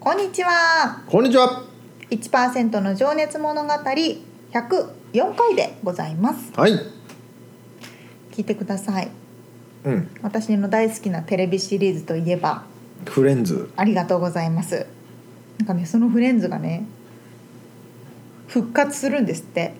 こんにちはこんにちは。 1%の情熱物語104回でございますはい。聞いてくださいうん。私の大好きなテレビシリーズといえばフレンズ。ありがとうございますなんかねそのフレンズがね復活するんですって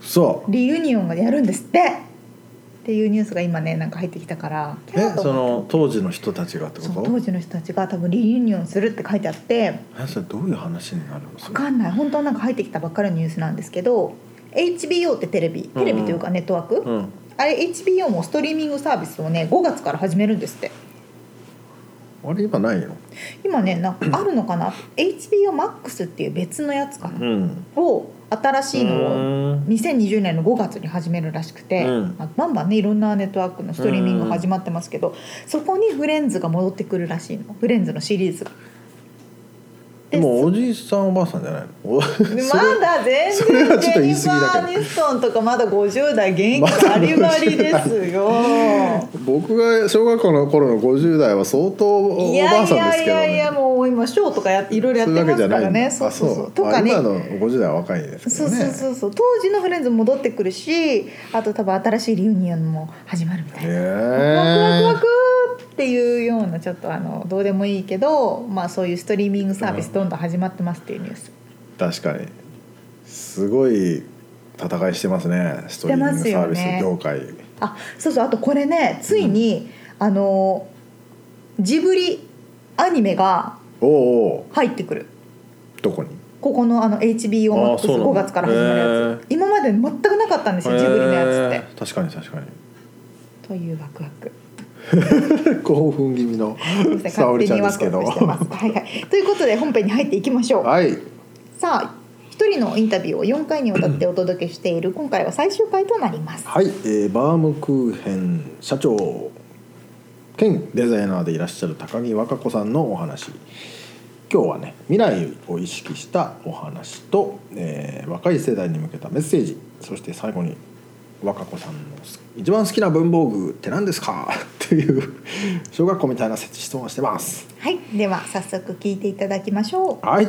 そう。リユニオンがやるんですってっていうニュースが今ねなんか入ってきたからキえャー、とそ思っの当時の人たちがっててこそのと当？時の人たちが多分リユニオンするって書いてあってえ、それどういう話になるの？そ分れかんない本当はなんか入ってきたばっかりのニュースなんですけど HBO ってテレビテレビというかネットワーク、うん。あれ HBO もストリーミングサービスをね5月から始めるんですってあれ今ないの？今ねなあるのかな HBOMAX っていう別のやつかな、うん。を新しいのをうん2020年の5月に始めるらしくて、うんまあバンバンねいろんなネットワークのストリーミングが始まってますけど、そこにフレンズが戻ってくるらしいのフレンズのシリーズが。でもおじいさんおばあさんじゃないの？おそれまだ全それは然ちジょっェとニ言いフ過ぎァだけー・どアニストンとかまだ50代元気バリバリですよ。僕が小学校の頃の50代は相当おいばやあいさんでやすいけどやいやね。もう今ショーとかやいろいろやっそういてうわまけじすゃかないらんだねそうそうそうあとかねあ今の50代は若いですけそうどね。そうそうそう当時のフレンズも戻ってくるしあと多分新しいリユニオンも始まるみたいな、ワクワクワえクっていうようなちょっとあのどうでもいいけど、まあ、そういうストリーミングサービスどんどん始まってますっていうニュース、確かにすごい戦いしてますねストリーミングサービス業界、あそうそうあとこれねついに、あのジブリアニメがおうお入ってくるうどこにここのあの HBO あーそうな MAX5 んだ月から始まるやつ、今まで全くなかったんですよジブリのやつって。えー確かに確かにというワクワク。 興奮気味の沙織ちゃんですけど勝手にワクワクしてますはいはい。ということで本編に入っていきましょう。はいさあ一人のインタビューを4回にわたってお届けしている今回は最終回となります。はい、えーバームクーヘン社長兼デザイナーでいらっしゃる高木和歌子さんのお話今日はね未来を意識したお話と、えー若い世代に向けたメッセージそして最後に和歌子さんの一番好きな文房具って何ですかっていう小学校みたいな質問をしてます。はいでは早速聞いていただきましょう。はい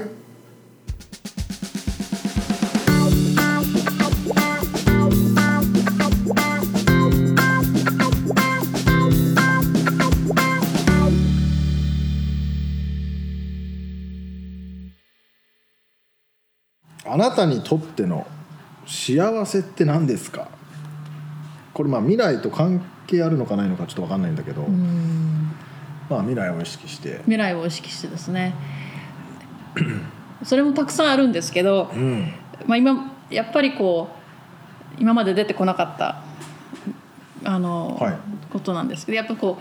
あなたにとっての幸せって何ですかこれまあ未来と関係あるのかないのかちょっと分かんないんだけど、うんまあ未来を意識して、未来を意識してですねそれもたくさんあるんですけど、うん、まあ、今やっぱりこう今まで出てこなかったあの、はいことなんですけどやっぱこ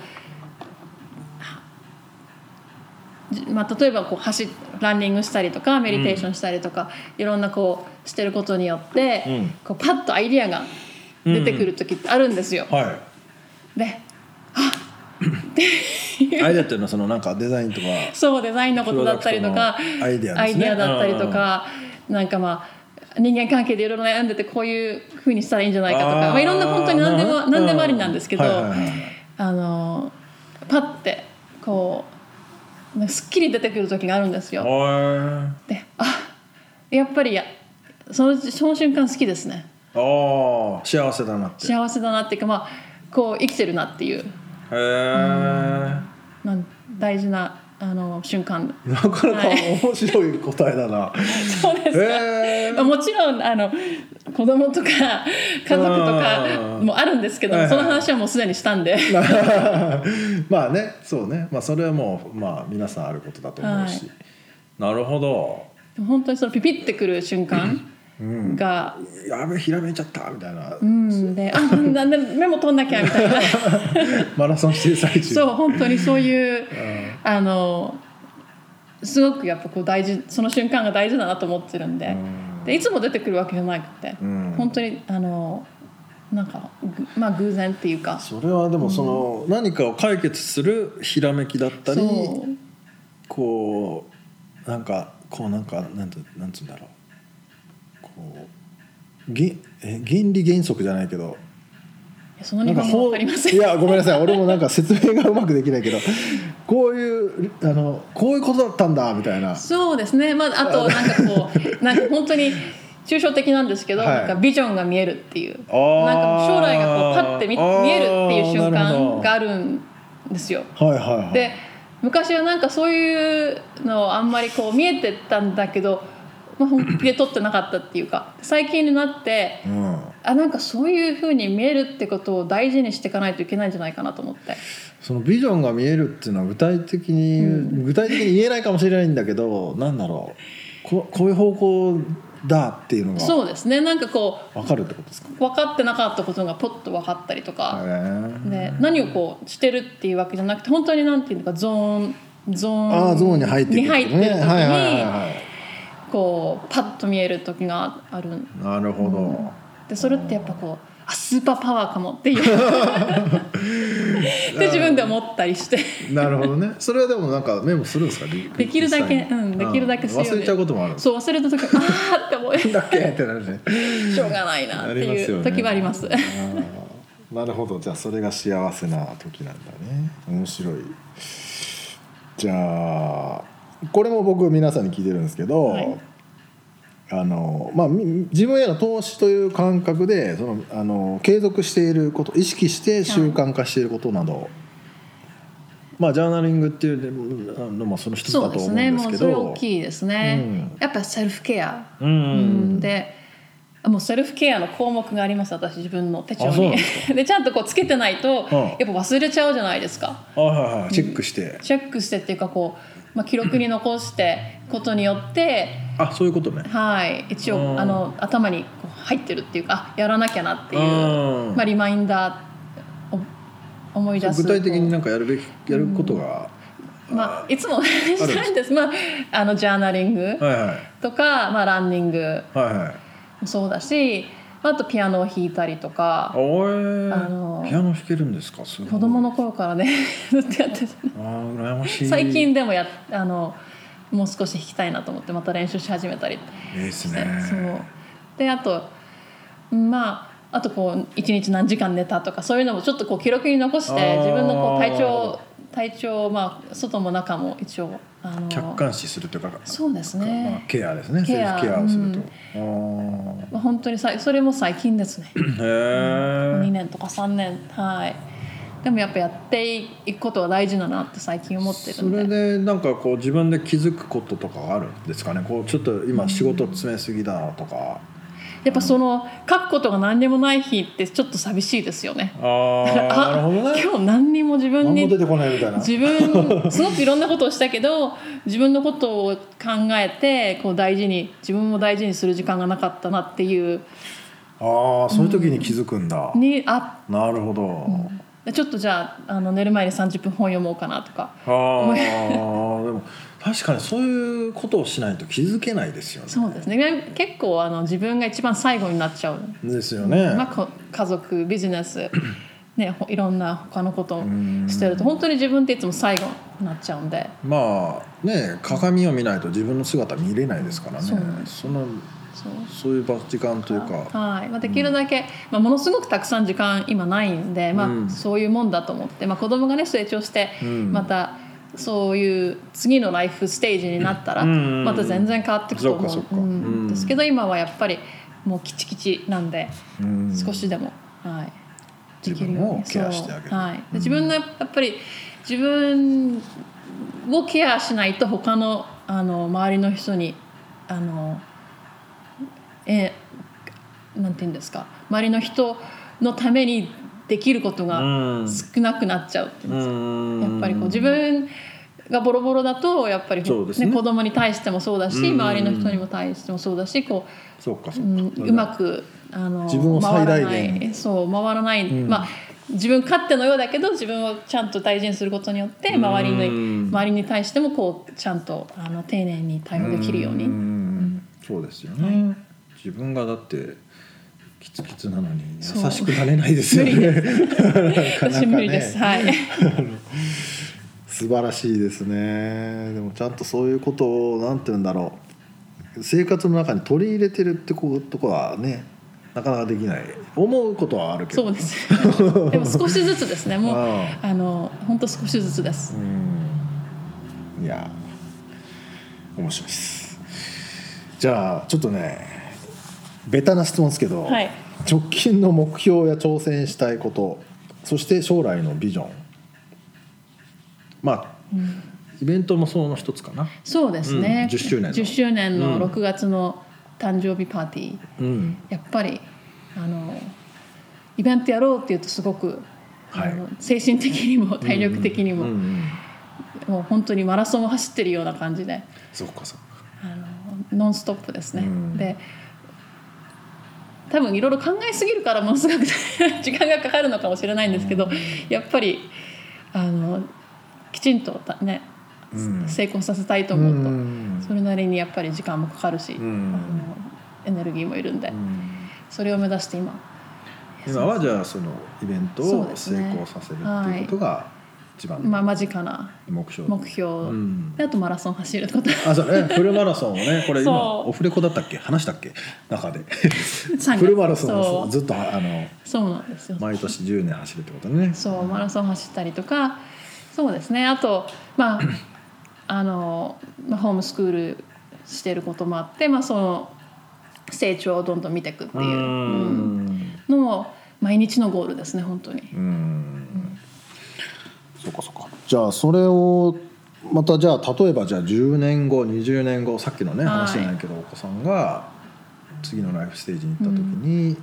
うじ、まあ、例えばこう走っランニングしたりとかメディテーションしたりとか、いろんなこうしてることによって、うんこうパッとアイディアが出てくる時ってあるんですよ。はいでアイデアっていうのはそのなんかデザインとかそうデザインのことだったりとかプロダクトのアイデアですねだったりとか、なんかまあ人間関係でいろいろ悩んでてこういうふうにしたらいいんじゃないかとかあーまあ、いろんな本当に何なでるもほど何でもありなんですけど、はいはいはいあのパッてこうなんかすっきり出てくる時があるんですよ。はであやっぱりやそのその瞬間好きですねいああ幸せだなってへ幸せだなっていうかまあこう生きてるなっていうえなん大事なあの瞬間なかなか面白い答えだな。そうですか、えー もちろんあの子供とか家族とかうんもあるんですけどはいはいその話はもうすでにしたんでまあねそうね、まあ、それはもう、まあ、皆さんあることだと思うし、はなるほど、本当にそのピピってくる瞬間うん、がやべひらめいちゃったみたいな、うんであなんでメモ取んなきゃみたいなマラソンしてる最中そう本当にそういううんあのすごくやっぱこう大事その瞬間が大事だなと思ってるんでうんでいつも出てくるわけじゃなくてうん本当にあのなんかぐまあ偶然っていうかそれはでもその、何かを解決するひらめきだったりそうこうなんかこうなんかなんてなんつうんだろうこうぎえ原理原則じゃないけどそのな日んか本語わうかりませんいやごめんなさい俺もなんか説明がうまくできないけどこういうあのこういうことだったんだみたいなそうですね、まあ、あとなんかこうなんか本当に抽象的なんですけど、はいなんかビジョンが見えるっていうなんかあー将来がこうパッて見あー見えるっていう瞬なるほど間があるんですよ。はいはいはいで昔はなんかそういうのあんまりこう見えてたんだけど、まあ、本気で撮ってなかったっていうか最近になってうん、あなんかそういうふうに見えるってことを大事にしていかないといけないんじゃないかなと思って。そのビジョンが見えるっていうのは具体的に、う具体的に言えないかもしれないんだけどなんだろうここういう方向だっていうのがそうですねなんかこわかるってことですかう分かってなかったことがポッと分かったりとか。ねで何をこうしてるっていうわけじゃなくて本当になんていうのかゾーンゾーンああゾーンに入ってくるに入ってる時に、はいはいはいはいこうパッと見える時があるなるほど、でそれってやっぱこうあスーパーパワーかも っていうで自分で思ったりしてなるほどねそれはでもなんかメモするんですかでできるだけうんできるだけするよう忘にれちゃうこともあるんですそう忘れた時ああって思 いだっけってなるねしょうがないなっなてりますいようね時はあります。あーなるほどじゃあそれが幸せな時なんだね面白いじゃあこれも僕皆さんに聞いてるんですけど、はいあのまあ、み自分への投資という感覚でそのあの継続していること意識して習慣化していることなど、まあ、ジャーナリングっていうのもその一つだとそ思ううですんねですもうけそれど大きいですね、やっぱセルフケアううんんでもうセルフケアの項目があります私自分の手帳あそうなんにで でちゃんとこうつけてないと、うんやっぱ忘れちゃうじゃないですかあはいはいチェックして、チェックしてっていうかこう、まあ、記録に残してことによってあそういうことねはい一う応んあの頭にこう入ってるっていうかあやらなきゃなっていううんまあ、リマインダーを思い出す具体的にこなんかやるべきやることが、うまあ、いつも したいんですまあ、あのジャーナリングはいはいとか、まあ、ランニングはいはいもそうだしあとピアノを弾いたりとか。おえあのピアノ弾けるんですかすごい子供の頃からね ずっとやってたあー羨ましい最近でもやあのもう少し弾きたいなと思ってまた練習し始めたりいいですして、ねそうであとまああとこう一日何時間寝たとかそういうのもちょっとこう記録に残しあてー自分のこう体なるほ調体調まあ外も中も一応あの客観視するというかそうですまあね、ケアですねケアセルフケアをすると、あまあ、本当にさいそれも最近ですねーへ2え年とか3年はいでもやっぱやっていくことは大事だなって最近思ってるそんでれでなんかこう自分で気づくこととかはあるんですかねこうちょっと今仕事詰めすぎだなと か、やっぱその書くことが何にもない日ってちょっと寂しいですよね。ああなるほどね今日何にも自分何も出にてこないみたいな自分すごくいろんなことをしたけど自分のことを考えてこう大事に自分も大事にする時間がなかったなっていうああそういう時に気づくんだ、にあなるほど、ちょっとじゃああの寝る前に30分本読もうかなとかああでも確かにそういうことをしないと気づけないですよね。そうですね結構あの自分が一番最後になっちゃう、ですよね。まあ、こ家族ビジネス、ね、ほいろんな他のことをしてると本当に自分っていつも最後になっちゃうんで。まあね鏡を見ないと自分の姿見れないですからね。そうなんでそのそうそういうば時間というか。はいまあ、できるだけ、まあ、ものすごくたくさん時間今ないんで、まあうんそういうもんだと思って、まあ、子供がね成長して、うんまたそういう次のライフステージになったら、うんまた全然変わってくとそ思っかうそっかんうんですけど今はやっぱりもうキチキチなんで、うん少しでも、はい、自分をケアしてあげるそうはい、うんで自分のやっぱり自分をケアしないと他のあの周りの人にあのえなんて言うんですか周りの人のためにできることがうん少なくなっちゃうっていうんですかややっぱりこう自分がボロボロだとやっぱりそうですね子供に対してもそうだしうん周りの人にも対してもそうだしこ,、そうかそうううか、ん、うまくあの自分を最大限回らないそう回らない、うんまあ自分勝手のようだけど自分をちゃんと大事にすることによって周りにうん周りに対してもこうちゃんとあの丁寧に対応できるように。 んそうですよね、自分がだってキツキツなのにそう優しくなれないですよねなかなか私無理です、ねはい、素晴らしいですねでもちゃんとそういうことをなんて言うんだろう生活の中に取り入れてるってことはねなかなかできない思うことはあるけど そうです。でも少しずつですね。もうああの本当少しずつですう。んいや面白いですじゃあちょっとねベタな質問ですけど、はい直近の目標や挑戦したいことそして将来のビジョンまあ、イベントもその一つかなそうですね、うん10周年の10周年うんの6月の誕生日パーティー、うんやっぱりあのイベントやろうっていうとすごく、はいあの精神的にも体力的にも、うんうんもう本当にマラソンを走ってるような感じでそうかそうかあのノンストップですね、うんで多分いろいろ考えすぎるからものすごく時間がかかるのかもしれないんですけど、やっぱりあのきちんとね、うん成功させたいとう思うと。んそれなりにやっぱり時間もかかるし、んあのエネルギーもいるんで、うんそれを目指して今今はじゃあそのイベントそうをですね成功させるっていうことが一番まあの間近な目標、目標、んであとマラソン走ることあそう ねフルマラソンをねこれ今そうオフレコだったっけ話したっけ中で3 フルマラソンをそうずっとあのそうなんですよ、毎年10年走るってことねそうマラソン走ったりとかそうですねあとまあ あの、まあ、ホームスクールしてることもあって、まあ、その成長をどんどん見ていくっていううーうんんのも毎日のゴールですね本当に。うーんそうかそうかじゃあそれをまたじゃあ例えばじゃあ10年後20年後さっきのねはい話じゃないけどお子さんが次のライフステージに行った時に、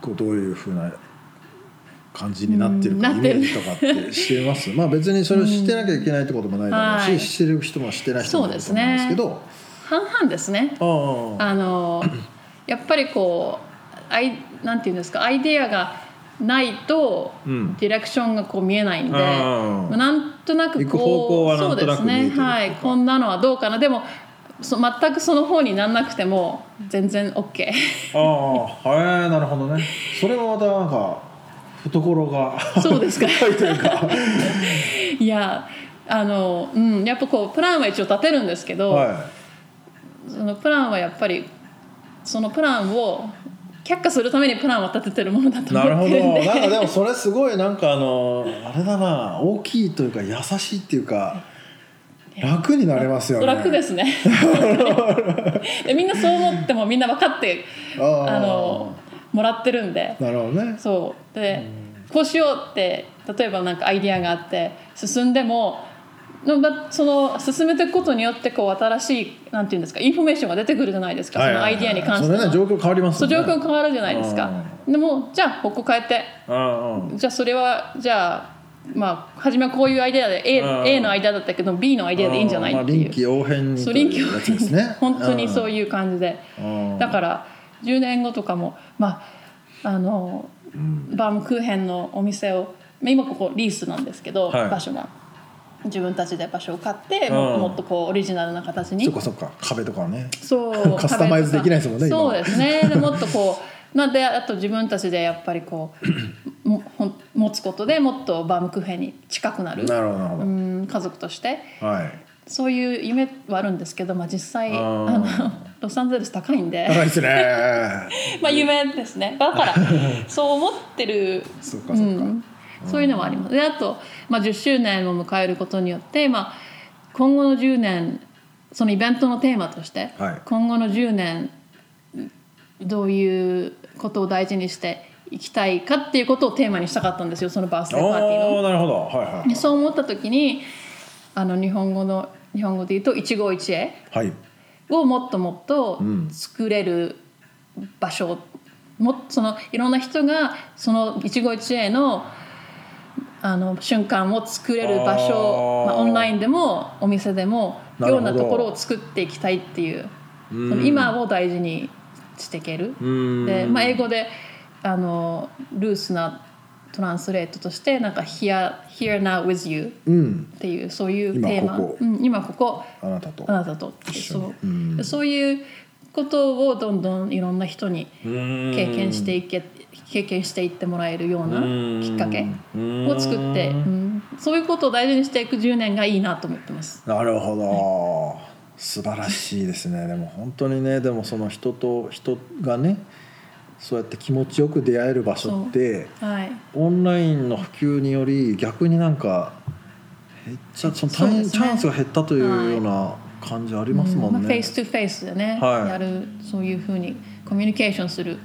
こうどういうふうな感じになってるか、うんイなメってるージとかってして ますまあ別にそれを知ってなきゃいけないってこともないだろうし、はいしてる人もしてない人もいると思うんですけど半々ですねあああのやっぱりこうアイなんていうんですかアイデアがないと、うんディレクションがこう見えないんで、あーまあなんとなく行く方向こはうなんとなくそう見ですえねてるはいこんなのはどうかなでもそ全くその方になんなくても全然 OK ああはいなるほどねそれもまたなんか懐がそうですか深いというか いやあの、うん、やっぱこうプランは一応立てるんですけど、はそのプランはやっぱりそのプランを却下するためにプランは立ててるものだいとなる思ほって るんどでなんかでもそれすごいなんかあのあれだな大きいというか優しいっていうか楽になれますよね楽で すねでみんなそう思ってもみんな分かってあーあのもらってるんでなるほどねそうでこうしようって例えばなんかアイディアがあって進んでものまその進めていくことによってこう新しいなんていうんですかインフォメーションが出てくるじゃないですか、はいはいはいそのアイディアに関してそれね状況変わりますそうよね状況変わるじゃないですかでもじゃあここ変えてうんうんじゃあそれはじゃあまあ初めはこういうアイデアで A, うん A のアイデアだったけど B のアイデアでいいんじゃないあーってまあ、い臨う機応変にそう臨機応というやつ変ですね本当にそういいう感じで、うんだから10年後とかもまああの、バームクーヘンのお店をまあ今ここリースなんですけど、はい場所も自分たちで場所を買ってもっうとんもっとこうオリジナルな形にそっかそっか壁とかねそ うカスタマイズできないですもんね今そうですねでもっとこうなんであと自分たちでやっぱりこうもほん持つことでもっとバームクーヘンに近くなるなるほどなるほどうん家族としてはいそういう夢はあるんですけど、まあ、実際ああーのロサンゼルス高いんで高いですね まあ夢ですね だからそう思ってるそうかそううか、ん、そういうのもありますであと、まあ、10周年を迎えることによって、まあ、今後の10年そのイベントのテーマとして、はい今後の10年どういうことを大事にして行きたいかっていうことをテーマにしたかったんですよそのバースデーパーティーああの。なるほどはいはでそう思った時にあの日本語の日本語で言うと一期一会いはいをもっともっとうん作れる場所、もそのいろんな人がその一期一会のあの瞬間を作れる場所あーまあ、オンラインでもお店でもなるよほどうなところを作っていきたいっていううんその今を大事にしていける。うんでまあ、英語であのルースなトランスレートとしてなんか「Here, here now with you」うんっていうそういうテー今マここうん、今ここあなたとあなたと一緒にそううんでそういうことをどんどんいろんな人に経経験していけ経験していってもらえるようなきっかけを作って、うんそういうことを大事にしていく10年がいいなと思ってます。なるほど、素晴らしいですねでも本当にねでもその人と人がねそうやって気持ちよく出会える場所ってはい、オンラインの普及により逆になんか減っちゃそのタイそうですねチャンスが減ったというような感じありますもんね。フェイス2フェイスでね、はいやるそういうふうにコミュニケーションする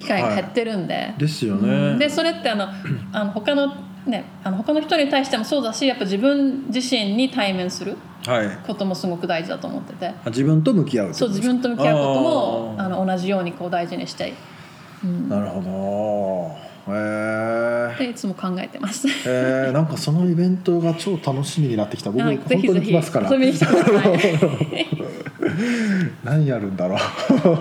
機会が減ってるんで、ですよね。でそれって あのあの他のねあの他の人に対してもそうだしやっぱ自分自身に対面するはい、こともすごく大事だと思っててあ自分と向き合うってそうことで自すか分と向き合うこともあーあの同じようにこう大事にしたい、うん、っなるほど。へえていつも考え てます。えー、なんかそのイベントが超楽しみになってきた僕はい本当に来ますから遊びに来てください 何やるんだろういやいや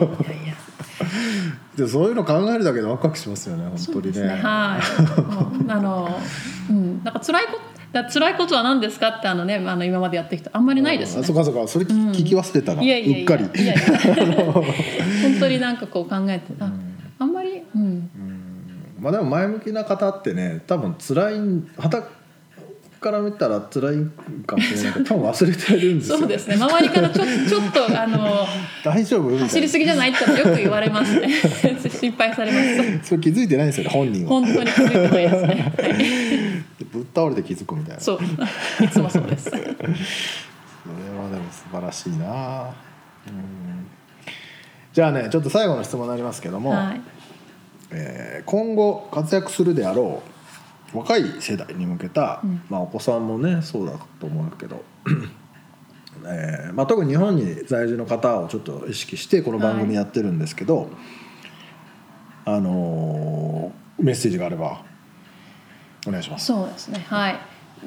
でそういうの考えるだけでワクワクしますよね本当そうにでねすね。はい。もうあの、うん、なんか辛いこと、だ辛いことは何ですかってあのね、あの今までやってきたあんまりないですあそね。うかそうかそれ聞,、聞き忘れたないやいやうっいかや。りいやいや本当になんかこう考えて、あ、あんまり、うん、 まあでも前向きな方ってね多分辛いはたから見たら辛いかもしれないけ ど多分忘れてるんですよそうですね。周りからちょちょっとあの大丈夫みたいな走りすぎじゃないってよく言われますね。 心配されます。それ気づいてないんですよね本人は本当に気づいてないですね。ぶっ倒れて気づくみたいなそう、いつもそうです。それはでも素晴らしいなうんじゃあねちょっと最後の質問になりますけども、はい。えー今後活躍するであろう若い世代に向けた、うんまあ、お子さんもねそうだと思うけど、 えーまあ、特に日本に在住の方をちょっと意識してこの番組やってるんですけど、あのーメッセージがあればお願いします。そうですね。はい。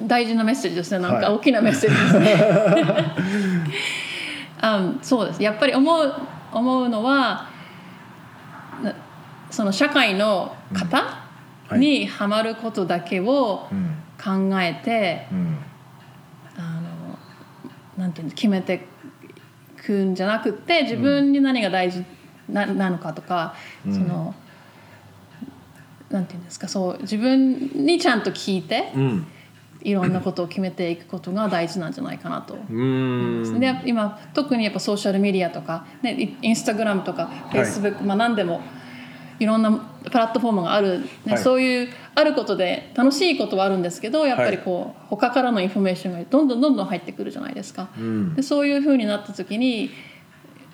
大事なメッセージですね。なんはかい大きなメッセージですね。 あ、そうです。やっぱり思う思うのは、なその社会の方はいにはまることだけをうん考えて、うんあのなんていうの決めてくんじゃなくて、自分に何が大事ななのかとか、うんそのなんていうんですか、そう自分にちゃんと聞いて。うんいろんなことを決めていくことが大事なんじゃないかなと。うーんで今特にやっぱソーシャルメディアとか、ね、イインスタグラムとかいフェイスブック、まあ、何でもいろんなプラットフォームがある、はねいそういうあることで楽しいことはあるんですけどやっぱりこう、他からのインフォメーションがどんどんどんどん入ってくるじゃないですか。うんでそういうふうになった時に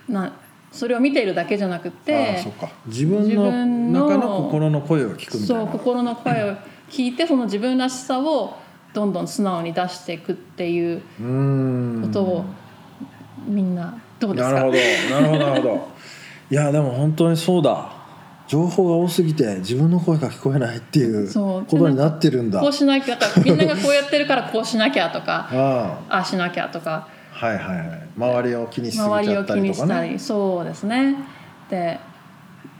なそれを見ているだけじゃなくああてそうか自分自の分の中の心の声を聞くみたいそなう心の声を聞いてその自分らしさをどんどん素直に出していくっていう。うーんことをみんなどうですなかるほどなるほどなるほ どいやでも本当にそうだ情報が多すぎて自分の声が聞こえないっていうそうことになってるんだこうしなきゃだ からみんながこうやってるからこうしなきゃとかあああしなきゃとかあはいはいはい周りを気にしすぎ周ちりゃをった気りにとかしたねりそうですねで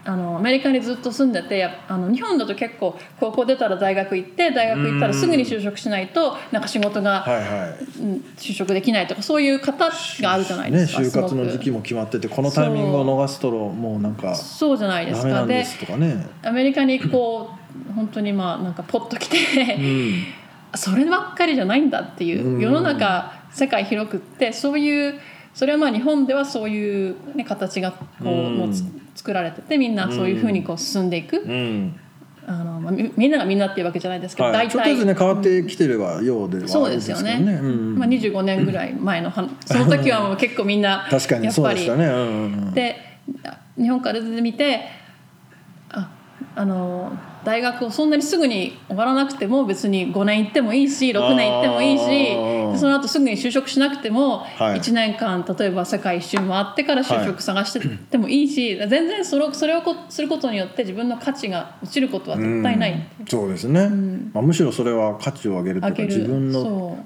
あのアメリカにずっと住んでてやっぱあの日本だと結構高校出たら大学行って大学行ったらすぐに就職しないとなんか仕事が、はいはうん就職できないとかそういう方があるじゃないいでねすか、就すご活くの時期も決まっててこのタイミングを逃すともうなんかそうじゃないでダすメなかんですとかねアメリカにこう本当にまあなんかポッと来て、うんそればっかりじゃないんだっていう、うん世の中世界広くってそういうそれはまあ日本ではそういう、ね、形がこう、うんもうつ作られててみんなそういうふうにこう進んでいく、うんあのまあ、みみんながみんなっていうわけじゃないですけど、はい大ちょっと体、ずつね変わってきてればようではそあうるんでですすけよどねねうんまあ、25年ぐらい前の話その時はもう結構みんな 確かにやっそうぱでりしたねうんうんうんで日本から出てみてああの大学をそんなにすぐに終わらなくても別に5年行ってもいいし6年行ってもいいしあーでその後すぐに就職しなくてもはい1年間、例えば世界一周回ってから就職探してってもいいし、全然それそれをこすることによって自分の価値が落ちることは絶対ない。うんそうですね、んまあ、むしろそれは価値を上げるというか上げ自る分の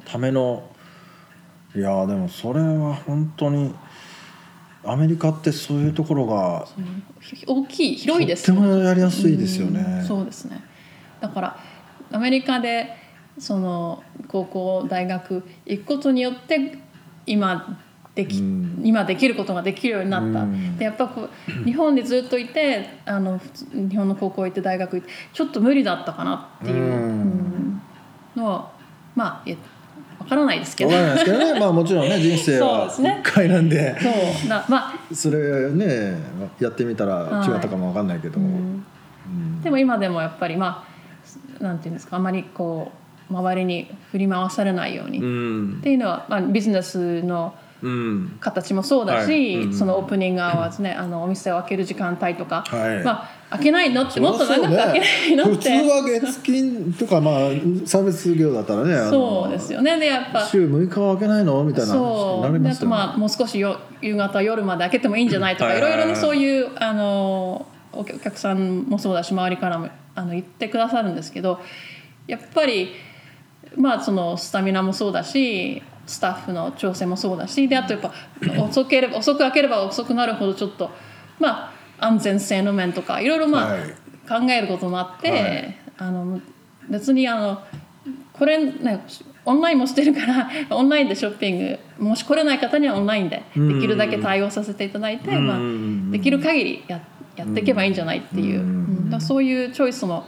そためのいやーでもそれは本当にアメリカってそういうところが大きい広いですとってもやりやすいですよね、うんそうですねだからアメリカでその高校大学行くことによって今でき、うん今できることができるようになった、うんでやっぱこう日本でずっといてあの普通日本の高校行って大学行ってちょっと無理だったかなっていう、うんうんのはまあいやわからないですけわどからないですけど ねまあもちろんね人生はそうですね一回なんでそうだまあそれねやってみたら違ったかもわかんないけど、うんうんでも今でもやっぱりまあなんていうんですかあまりこう周りに振り回されないように、うっんていうのは、まあ、ビジネスのうん形もそうだし、はいうんそのオープニングアワーですねあのお店を開ける時間帯とか、はいまあ開けないのってもっと長く開けないの普っ通てそう,、は月金とかまあ差別業だったらねあのですよねでやっぱ週6日は開けないのみたいな話にそなうりでまあすとよね。まあもう少しよ夕方夜まで開けてもいいんじゃないとはかいいはいろはいいろねそういうあのお客お客さんもそうだし周りからもあの言ってくださるんですけどやっぱりまあそのスタミナもそうだしスタッフの調整もそうだしであとやっぱ遅ければ遅く開ければ遅くなるほどちょっとまあ安全性の面とかいろいろまあ、はい考えることもあって、はいあの別にあのこれ、ね、オンラインもしてるから オンラインでショッピングもし来れない方にはオンラインでうんできるだけ対応させていただいて、うんまあ、できる限りややっていけばいいんじゃないっていう、ううんんだからそういうチョイスも、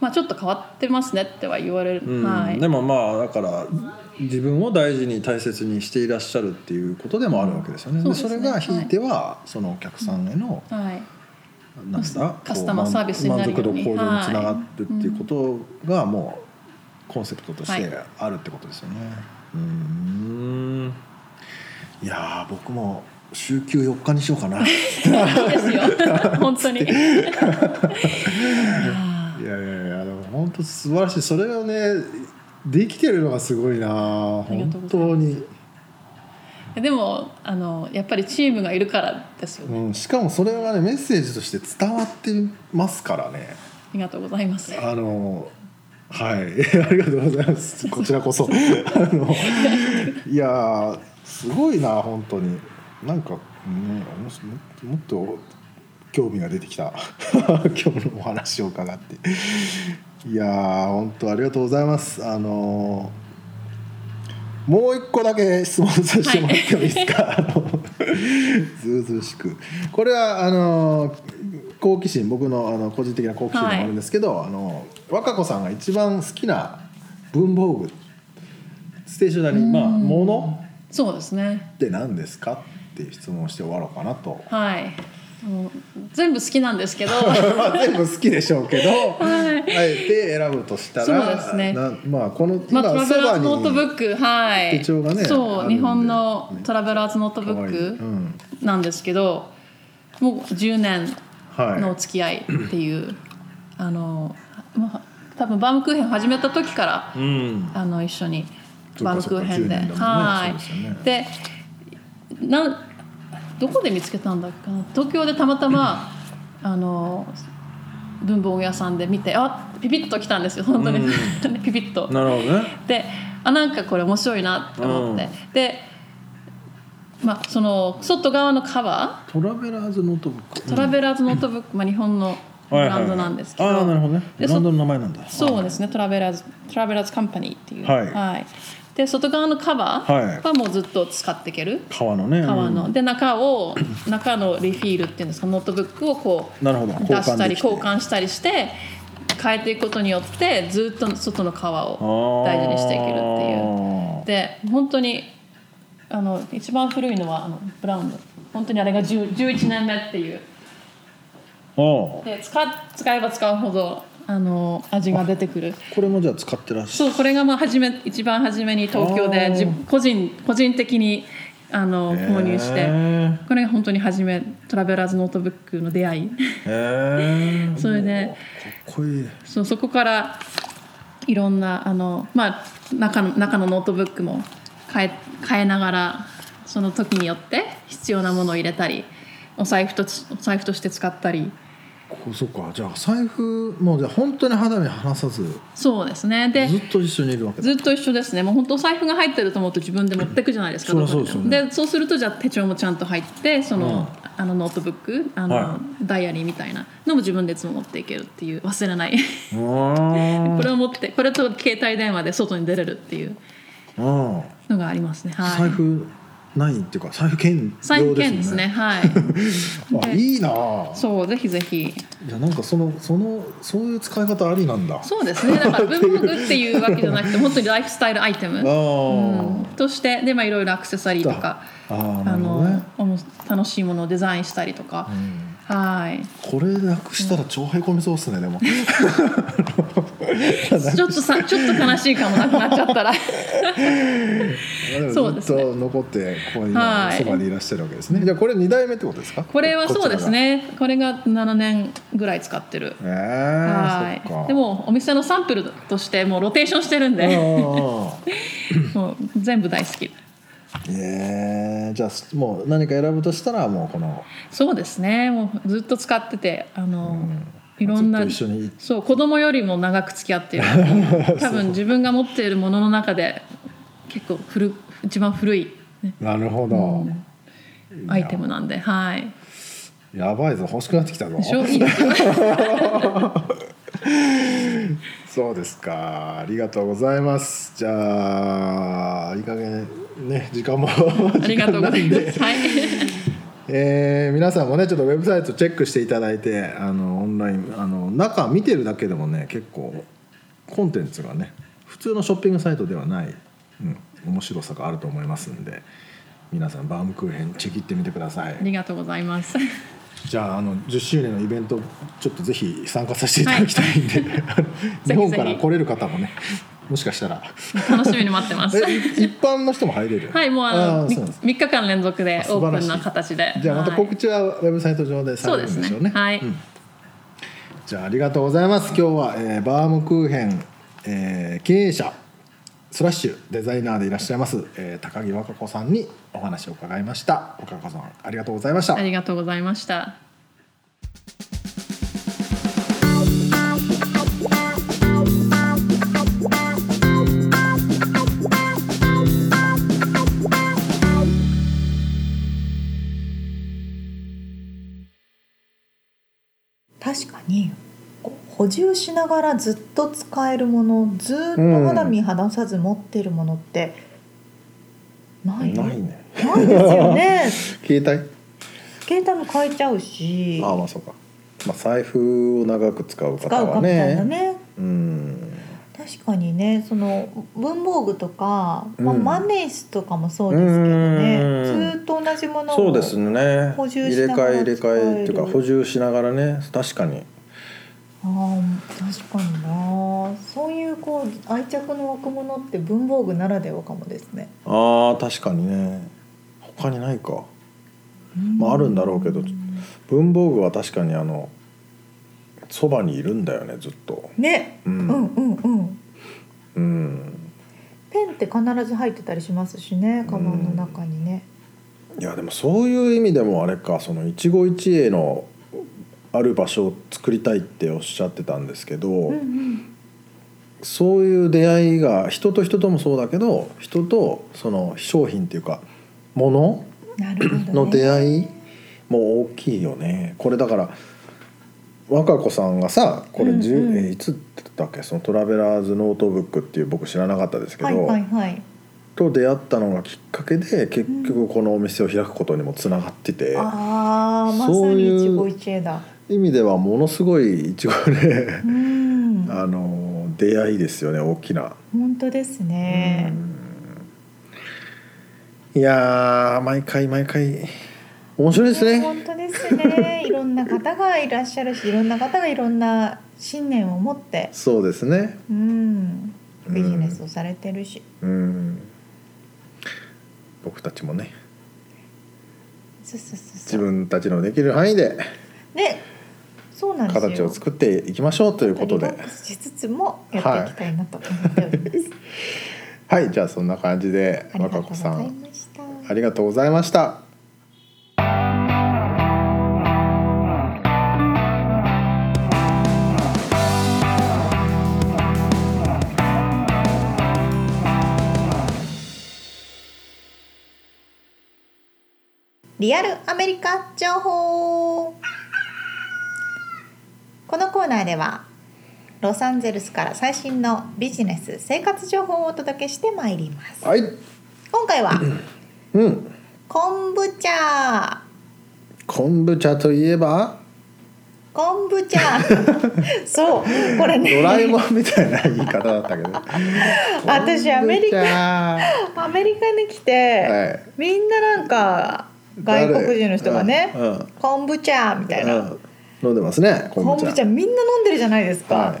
まあ、ちょっと変わってますねっては言われる、うんはいでもまあだから自分を大事に大切にしていらっしゃるっていうことでもあるわけですよね。でそうですそねれがひいてはそのお客さんへのはいなんだカスタマーこうサービスになるよう満足に度向上につながるっていうことがもうコンセプトとしはていあるってことですよね。うーんいやー僕も週休4日にしようかな。いいいです よ本当に。 いややいやいやでも本当素晴らしいそれをねできてるのがすごいなりがとう本ございます当に。でもあのやっぱりチームがいるからですよね。うん、しかもそれはねメッセージとして伝わってますからねありがとうございます。あのはい ありがとうございますこちらこそ あのいやーすごいな本当になんかねおもしもっと興味が出てきた 今日のお話を伺っていやー本当ありがとうございますあのもう一個だけ質問させてもらってもいいですか、あのずうずうしくこれはあの好奇心僕のあの個人的な好奇心でもあるんですけど、あの若子さんが一番好きな文房具ステーショナリー、まあ、ものそうですね。って何ですかっていう質問をして終わろうかなとはい。もう全部好きな んですけど、まあ全部好きでしょうけど、はいあえて選ぶとしたらそうですねなまあこのまあトラベラーズノートブクック、はい。手帳がねあるそんう、で日本のトラベラーズノートブいい、ッうクんなんですけど、もう10年はい、のお付き合いっていう、あの、まあ多分バームクーヘン始めた時から。うんあの一緒にそうかバームクーヘンで、そうか10年だもんねはそうですよねいでなんどこで見つけたんだっけな東京でたまた まあの文房具屋さんで見てあピピッと来たんですよ本当に、うんピピッとなるほどねであなんかこれ面白いなって思って、でまあその外側のカバトラベラーズノートブックートラベラーズノートブック、まあ、日本のブランドなんですけど、はいはいはいああなるほどねブでそランドの名前なんだそうですね、トラベラーズ、トラベラーズカンパニーっていう。はいで、外側のカバはいーはもうずっと使っていける。革のね革の、で、中を、中のリフィールっていうんですか、ノートブックをこう。なるほど出交換したでり、きて交換したりして。変えていくことによって、ずっと外の革を大事にしていけるっていう。うで、本当に。あの、一番古いのは、あの、ブラウンの。本当にあれが10 11年目っていう。おうで、使っ、使えば使うほど。あの味が出てくるこれもじゃあ使ってらっしゃるそうこれがまあ初め一番初めに東京あでーじ個人個人的にあの購入してへこれが本当に初めトラベラーズノートブックの出会い えへえそれでうわかっこいいそうそこからいろんなあの、まあ、中の中のノートブックも変え変えながらその時によって必要なものを入れたりお財布とつお財布として使ったりこうそうかじゃあ財布もうじゃあ本当に肌身離さずそうですねでずっと一緒にいるわけだずっと一緒ですねもう本当お財布が入ってると思うと自分で持ってくじゃないですか、うんどこにそりゃそでうでもすよねでそうするとじゃあ手帳もちゃんと入ってその,、あのノートブックあの、はダイアリーみたいなのも自分でいつも持っていけるっていう忘れない うーんこれを持ってこれと携帯電話で外に出れるっていううんのがありますねはい財布ないっていうか財布兼財用布です券ねですねはあいいいなあ そうぜひぜひいやなんかそのそのそういう使い方ありなんだそうですねだから文房具っていうわけじゃなく て本当にライフスタイルアイテム、あうーん、としてでまあいろいろアクセサリーとかあーなあるほどねの、おも楽しいものをデザインしたりとか、うんはいこれなくしたら超へこみそうですねでもちょっとさちょっと悲しいかもなくなっちゃっ たらそうですねずっと残ってここには今いそばにいらっしゃるわけですね、じゃあこれ二代目ってことですかこれはそうですこねこれが7年ぐらい使ってるちらがはえー、そっかいでもお店のサンプルとしてもうローテーションしてるんあでーもう全部大好きえー、じゃあもう何か選ぶとしたらもうこのそうですねもうずっと使っててあの、いろんなずっと一緒にそう子供よりも長く付き合って るなっていう多分自分が持っているものの中で結構古一番古いね、なるほど、アイテムなんではいやばいぞ欲しくなってきたぞでしょいいですよそうですかありがとうございますじゃあいい加減ね時間も ありがとうございま時間なんですはいえー皆さんもねちょっとウェブサイトチェックしていただいてあのオンラインあの中見てるだけでもね結構コンテンツがね普通のショッピングサイトではない、うん、面白さがあると思いますんで皆さんバームクーヘンチェキってみてくださいありがとうございますじゃああの10周年のイベントちょっとぜひ参加させていただきたいん で、あの日本から来れる方もねもしか したら楽しみに待ってますえい一般の人も入れるはいもうあのーみそうなんです3日間連続でオ素晴ーらプしンいな形でじゃあまたはい告知はウェブサイト上でされるんでしょうねそうですねはいんじゃあありがとうございます今日は、えーバームクーヘン、えー経営者スラッシュデザイナーでいらっしゃいます、えー高木和歌子さんにお話を伺いました和歌子さんありがとうございましたありがとうございました確かにこう補充しながらずっと使えるものずっと肌身離さず持ってるものって、ないないねないですよ ね携帯携帯も変えちゃうしああまあそうか、まあ、財布を長く使う使方うかはみたいねなねうん確かにねその文房具とか、まあ、うんマネースとかもそうですけどね、うんずっと同じものをそうですね補充入しれながら替え入れ替えっていう使かえる補充しながらね確かにあー確かになそういうこう愛着の湧くものって文房具ならではかもですね、ああ確かにね他にないかまああるんだろうけど文房具は確かにあのそばにいるんだよねずっとね、ううんん、うんうんうんペンって必ず入ってたりしますしねカバンの中にね、いやでもそういう意味でもあれかその一期一会のある場所を作りたいっておっしゃってたんですけど、うんうん、そういう出会いが人と人ともそうだけど人とその商品っていうかものなるほど、ね、の出会いも大きいよねこれだから和歌子さんがさこれ、十うんうんえーいつだっけその「トラベラーズノートブック」っていう僕知らなかったですけど、はいはいはいと出会ったのがきっかけで結局このお店を開くことにもつながってて、あーまさそうにい一う期一会だ意味ではものすごい一応ねう、ん あの出会いですよね大きな。本当ですね、いやー毎回毎回面白いですね。本当です ね。いろんな方がいらっしゃるし、いろんな方がいろんな信念を持って、そうですね。うん、ビジネスをされてるし、うん僕たちもねそうそうそう自そう分たちのできる範囲でねそうなんですよ形を作っていきましょうというっことリでラックスしつつもやっていきたいなと思っております、はいじゃあそんな感じでありがと若うご子さざいんましたありがとうございました。リアルアメリカ情報このコーナーではロサンゼルスから最新のビジネス生活情報をお届けしてまいりますはい、今回 はうん、昆布茶昆布茶といえば昆布 茶そうこれねドラえもんみたいな言い方だったけ ど。私アメリカ昆布茶アメリカに来て、 はいみんななんか外国人の人がねうんうん「昆布茶」みたいな、うん飲んでますね昆昆布布茶。茶みんな飲んでるじゃないですか、は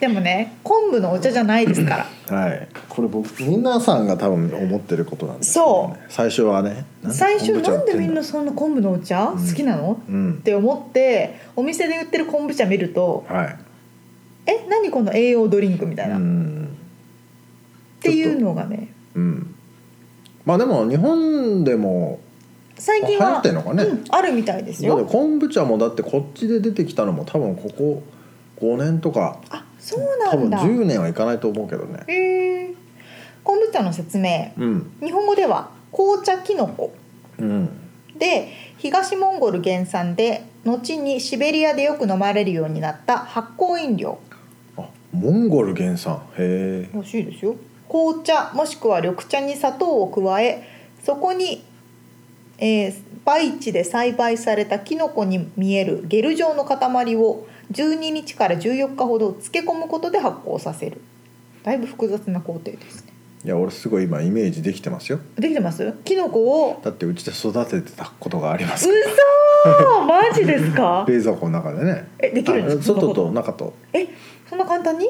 でもね昆布のお茶じゃないですからい、はい、これ僕皆さんが多分思ってることなんですけどね、最初はねなんで最初昆布茶な売んってでみんなそんな昆布のお茶好きなの、うんって思ってお店で売ってる昆布茶見るとはい「え何この栄養ドリンク」みたいな、うっんていうのがねうんまあでも日本でも最近流行はってんのかねうん、あるみたいですだっよて昆布茶もだってこっちで出てきたのも多分ここ5年とかあそうな多分んだ10年はいかないと思うけどねへえ昆布茶の説明うん日本語では紅茶きのこうんで東モンゴル原産で後にシベリアでよく飲まれるようになった発酵飲料あモンゴル原産へえらしいですよ紅茶もしくは緑茶に砂糖を加えそこに、えー培地で栽培されたキノコに見えるゲル状の塊を12日から14日ほど漬け込むことで発酵させるだいぶ複雑な工程ですねいや俺すごい今イメージできてますよできてますキノコをだってうちで育ててたことがあります嘘 マジですか冷蔵庫の中でねえできるんですかあそんなこと外と中とえそんな簡単にい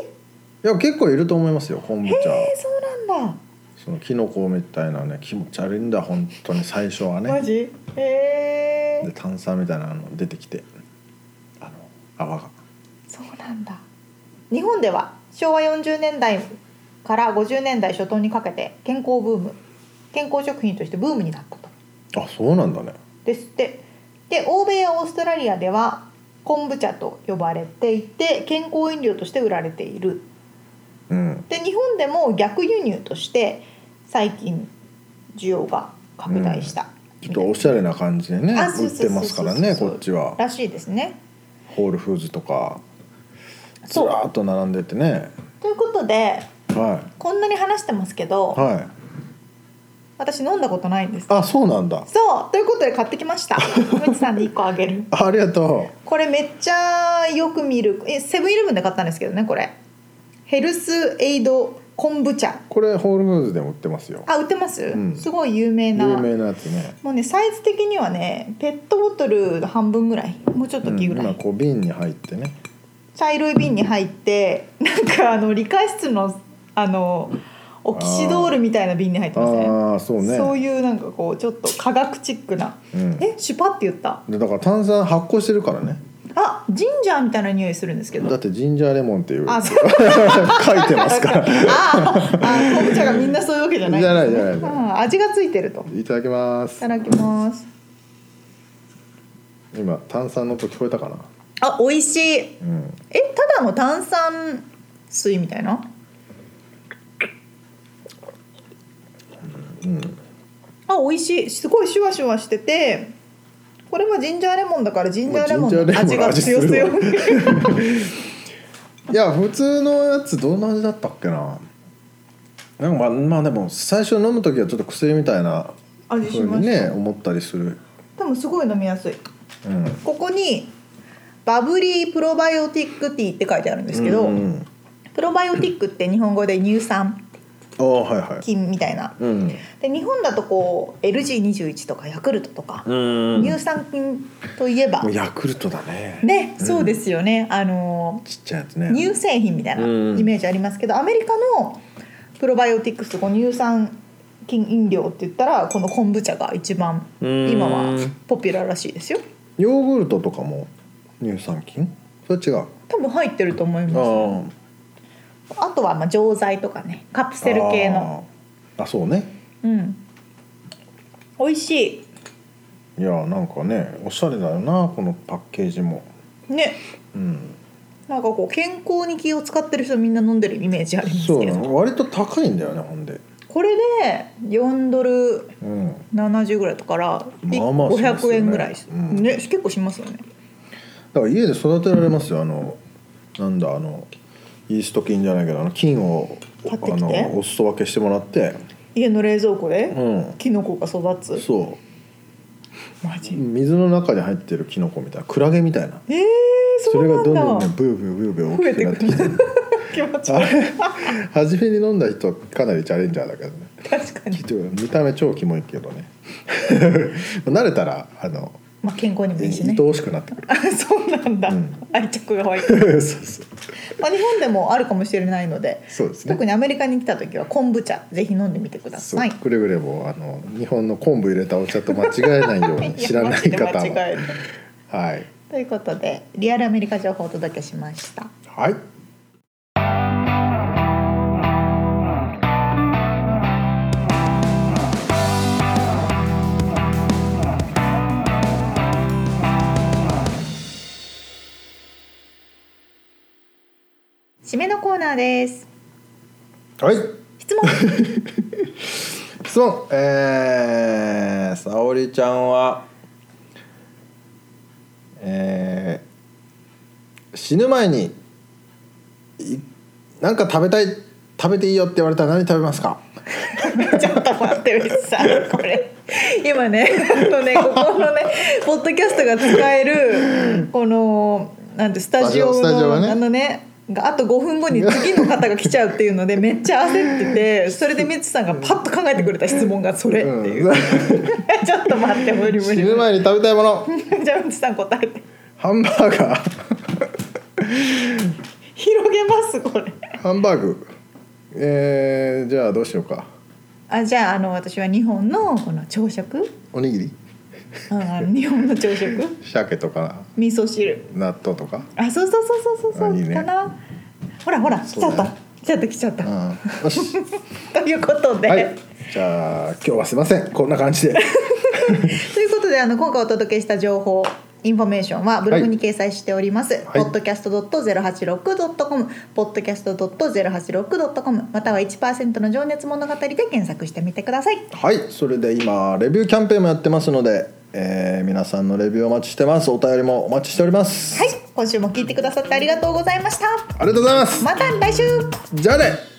や結構いると思いますよ昆布茶えそうなんだそのキノコみたいなね気持ち悪いんだ本当に最初はマねジえでー、炭酸みたいなの出てきてあの泡がそうなんだ日本では昭和40年代から50年代初頭にかけて健康ブーム健康食品としてブームになったとあそうなんだねですってで欧米やオーストラリアでは昆布茶と呼ばれていて健康飲料として売られているうんで日本でも逆輸入として最近需要が拡大した、ちょっとおしゃれな感じでねあそう売そうそうそっうてますからねこっちはらしいですねホールフーズとかずそうらーっと並んでてねということではこんなに話してますけいど、はい私飲んだことないんですあそうなんだそうということで買ってきま したむちさんに1個あげるあありがとこれめっちゃよく見るえセブンイレブンで買ったんですけどねこれヘルスエイド昆布茶うこれホールフーズでも売ってますよあ売ってます、んすごい有名な有名なやつねもうねサイズ的にはねペットボトルの半分ぐらいもうちょっとうんきぐらい、今こう瓶に入ってね茶色い瓶に入ってなんかあの理科室のあのオキシドールみたいな瓶に入ってますねああそうねそういうなんかこうちょっと科学チックな、うんえシュパって言ったでだから炭酸発酵してるからねあジンジャーみたいな匂いするんですけだどってジンジャーレモンっていう書あいそう てますかああらあ昆布茶がみんなそういうわけじゃないんですねじゃないじゃないじゃないあ味がついてるといただきまいすただきます今炭酸の音聞こえたかなあ美味しいえうんただの炭酸水みたいなあ美味しいすごいシュワシュワしててこれはジンジャーレモンだからジンジャーレモンの味が強ジンジャーレ強モンの味いや普通のやつどんな味だったっけななんかまあまあでも最初飲む時はちょっと薬みたいな 味しふまうしにた、ね思ったりするでもすごい飲みやすいうんでここにバブリープロバイオティックティーって書いてあるんですけど、うん、プロバイオティックって日本語で乳酸ああはいはい菌みたいなうんで日本だとこう LG21 とかヤクルトとか、うん乳酸菌といえばもうヤクルトだねね、そうですよねあのちっちゃいやつね乳製品みたいなうんイメージありますけど、アメリカのプロバイオティックスとこう乳酸金飲料って言ったらこの昆布茶が一番うーん今はポピュラーらしいですよヨーグルトとかも乳酸菌それ違う多分入ってると思いまあすあとはまあ錠剤とかねカプあセル系のあーあそうねうん美味しいやーなんかねおしゃれだよなこのパッケージもいねうんなんかこう健康に気を使ってる人みんな飲んでるイメージありますそうけなどの割と高いんだよねほんでこれで4ドルうん70ぐらいだからいまあまあします500よね円ぐらいしうんね結構しますよねだから家で育てられますよあのなんだあのイースト菌じゃないけどあの菌を買ってきてあのお裾分けしてもらって家の冷蔵庫うでんキノコが育つそマうジ水の中に入ってるキノコみたいなクラゲみたいなえー、そそうれながどんんだどんねブーブーブーブー増え大きくてなっくてきてる気持ちあ悪いれ初めに飲んだ人はかなりチャレンジャーだけどね確かきっに、と見た目超キモいけど ね慣れたらあのまあ、健康にもいいしね愛おしくなってくるあそうなんだ、うん愛着が湧いて、 そうそうまあ、日本でもあるかもしれないのでそうですね特にアメリカに来た時は昆布茶ぜひ飲んでみてくだそうさいくれぐれもあの日本の昆布入れたお茶と間違えないよ うに知らないや方マジで間違はえないはいということでリアルアメリカ情報をお届けしましたはい締めのコーナーですはい質問質問えー、沙織ちゃんはえー、死ぬ前にいなんか食べたい食べていいよって言われたら何食べますかちょっと待ってうちさんこれ今ねあの ねここのねポッドキャストが使えるこのなんてスタジオのスタジオがねあのねがあと5分後に次の方が来ちゃうっていうのでめっちゃ焦っててそれでミツさんがパッと考えてくれた質問がそれっていう、 ちょっと待って無理無死理ぬ無前に食べたいもの 理じゃあミツさん答えてハンバーガー 広げますこれハンバーグえー、じゃあどうしようかあじゃああの私は日本のこの朝食、おにぎりうんあの日本の朝食鮭とか 味噌汁納豆とかあそうそうそうそうそうそうあいいねかなほらほら来ちゃっそうた、だね来ちゃった来ちゃった、うんよ しということで、はいじゃあ今日はすいませんこんな感じでということであの今回お届けした情報インフォメーションはブログに掲載しております、はい podcast.086.com podcast.086.com または1%の情熱物語で検索してみてくださいはいそれで今レビューキャンペーンもやってますので、えー皆さんのレビューお待ちしてますお便りもお待ちしております、はい今週も聞いてくださってありがとうございましたありがとうございますまた来週じゃあね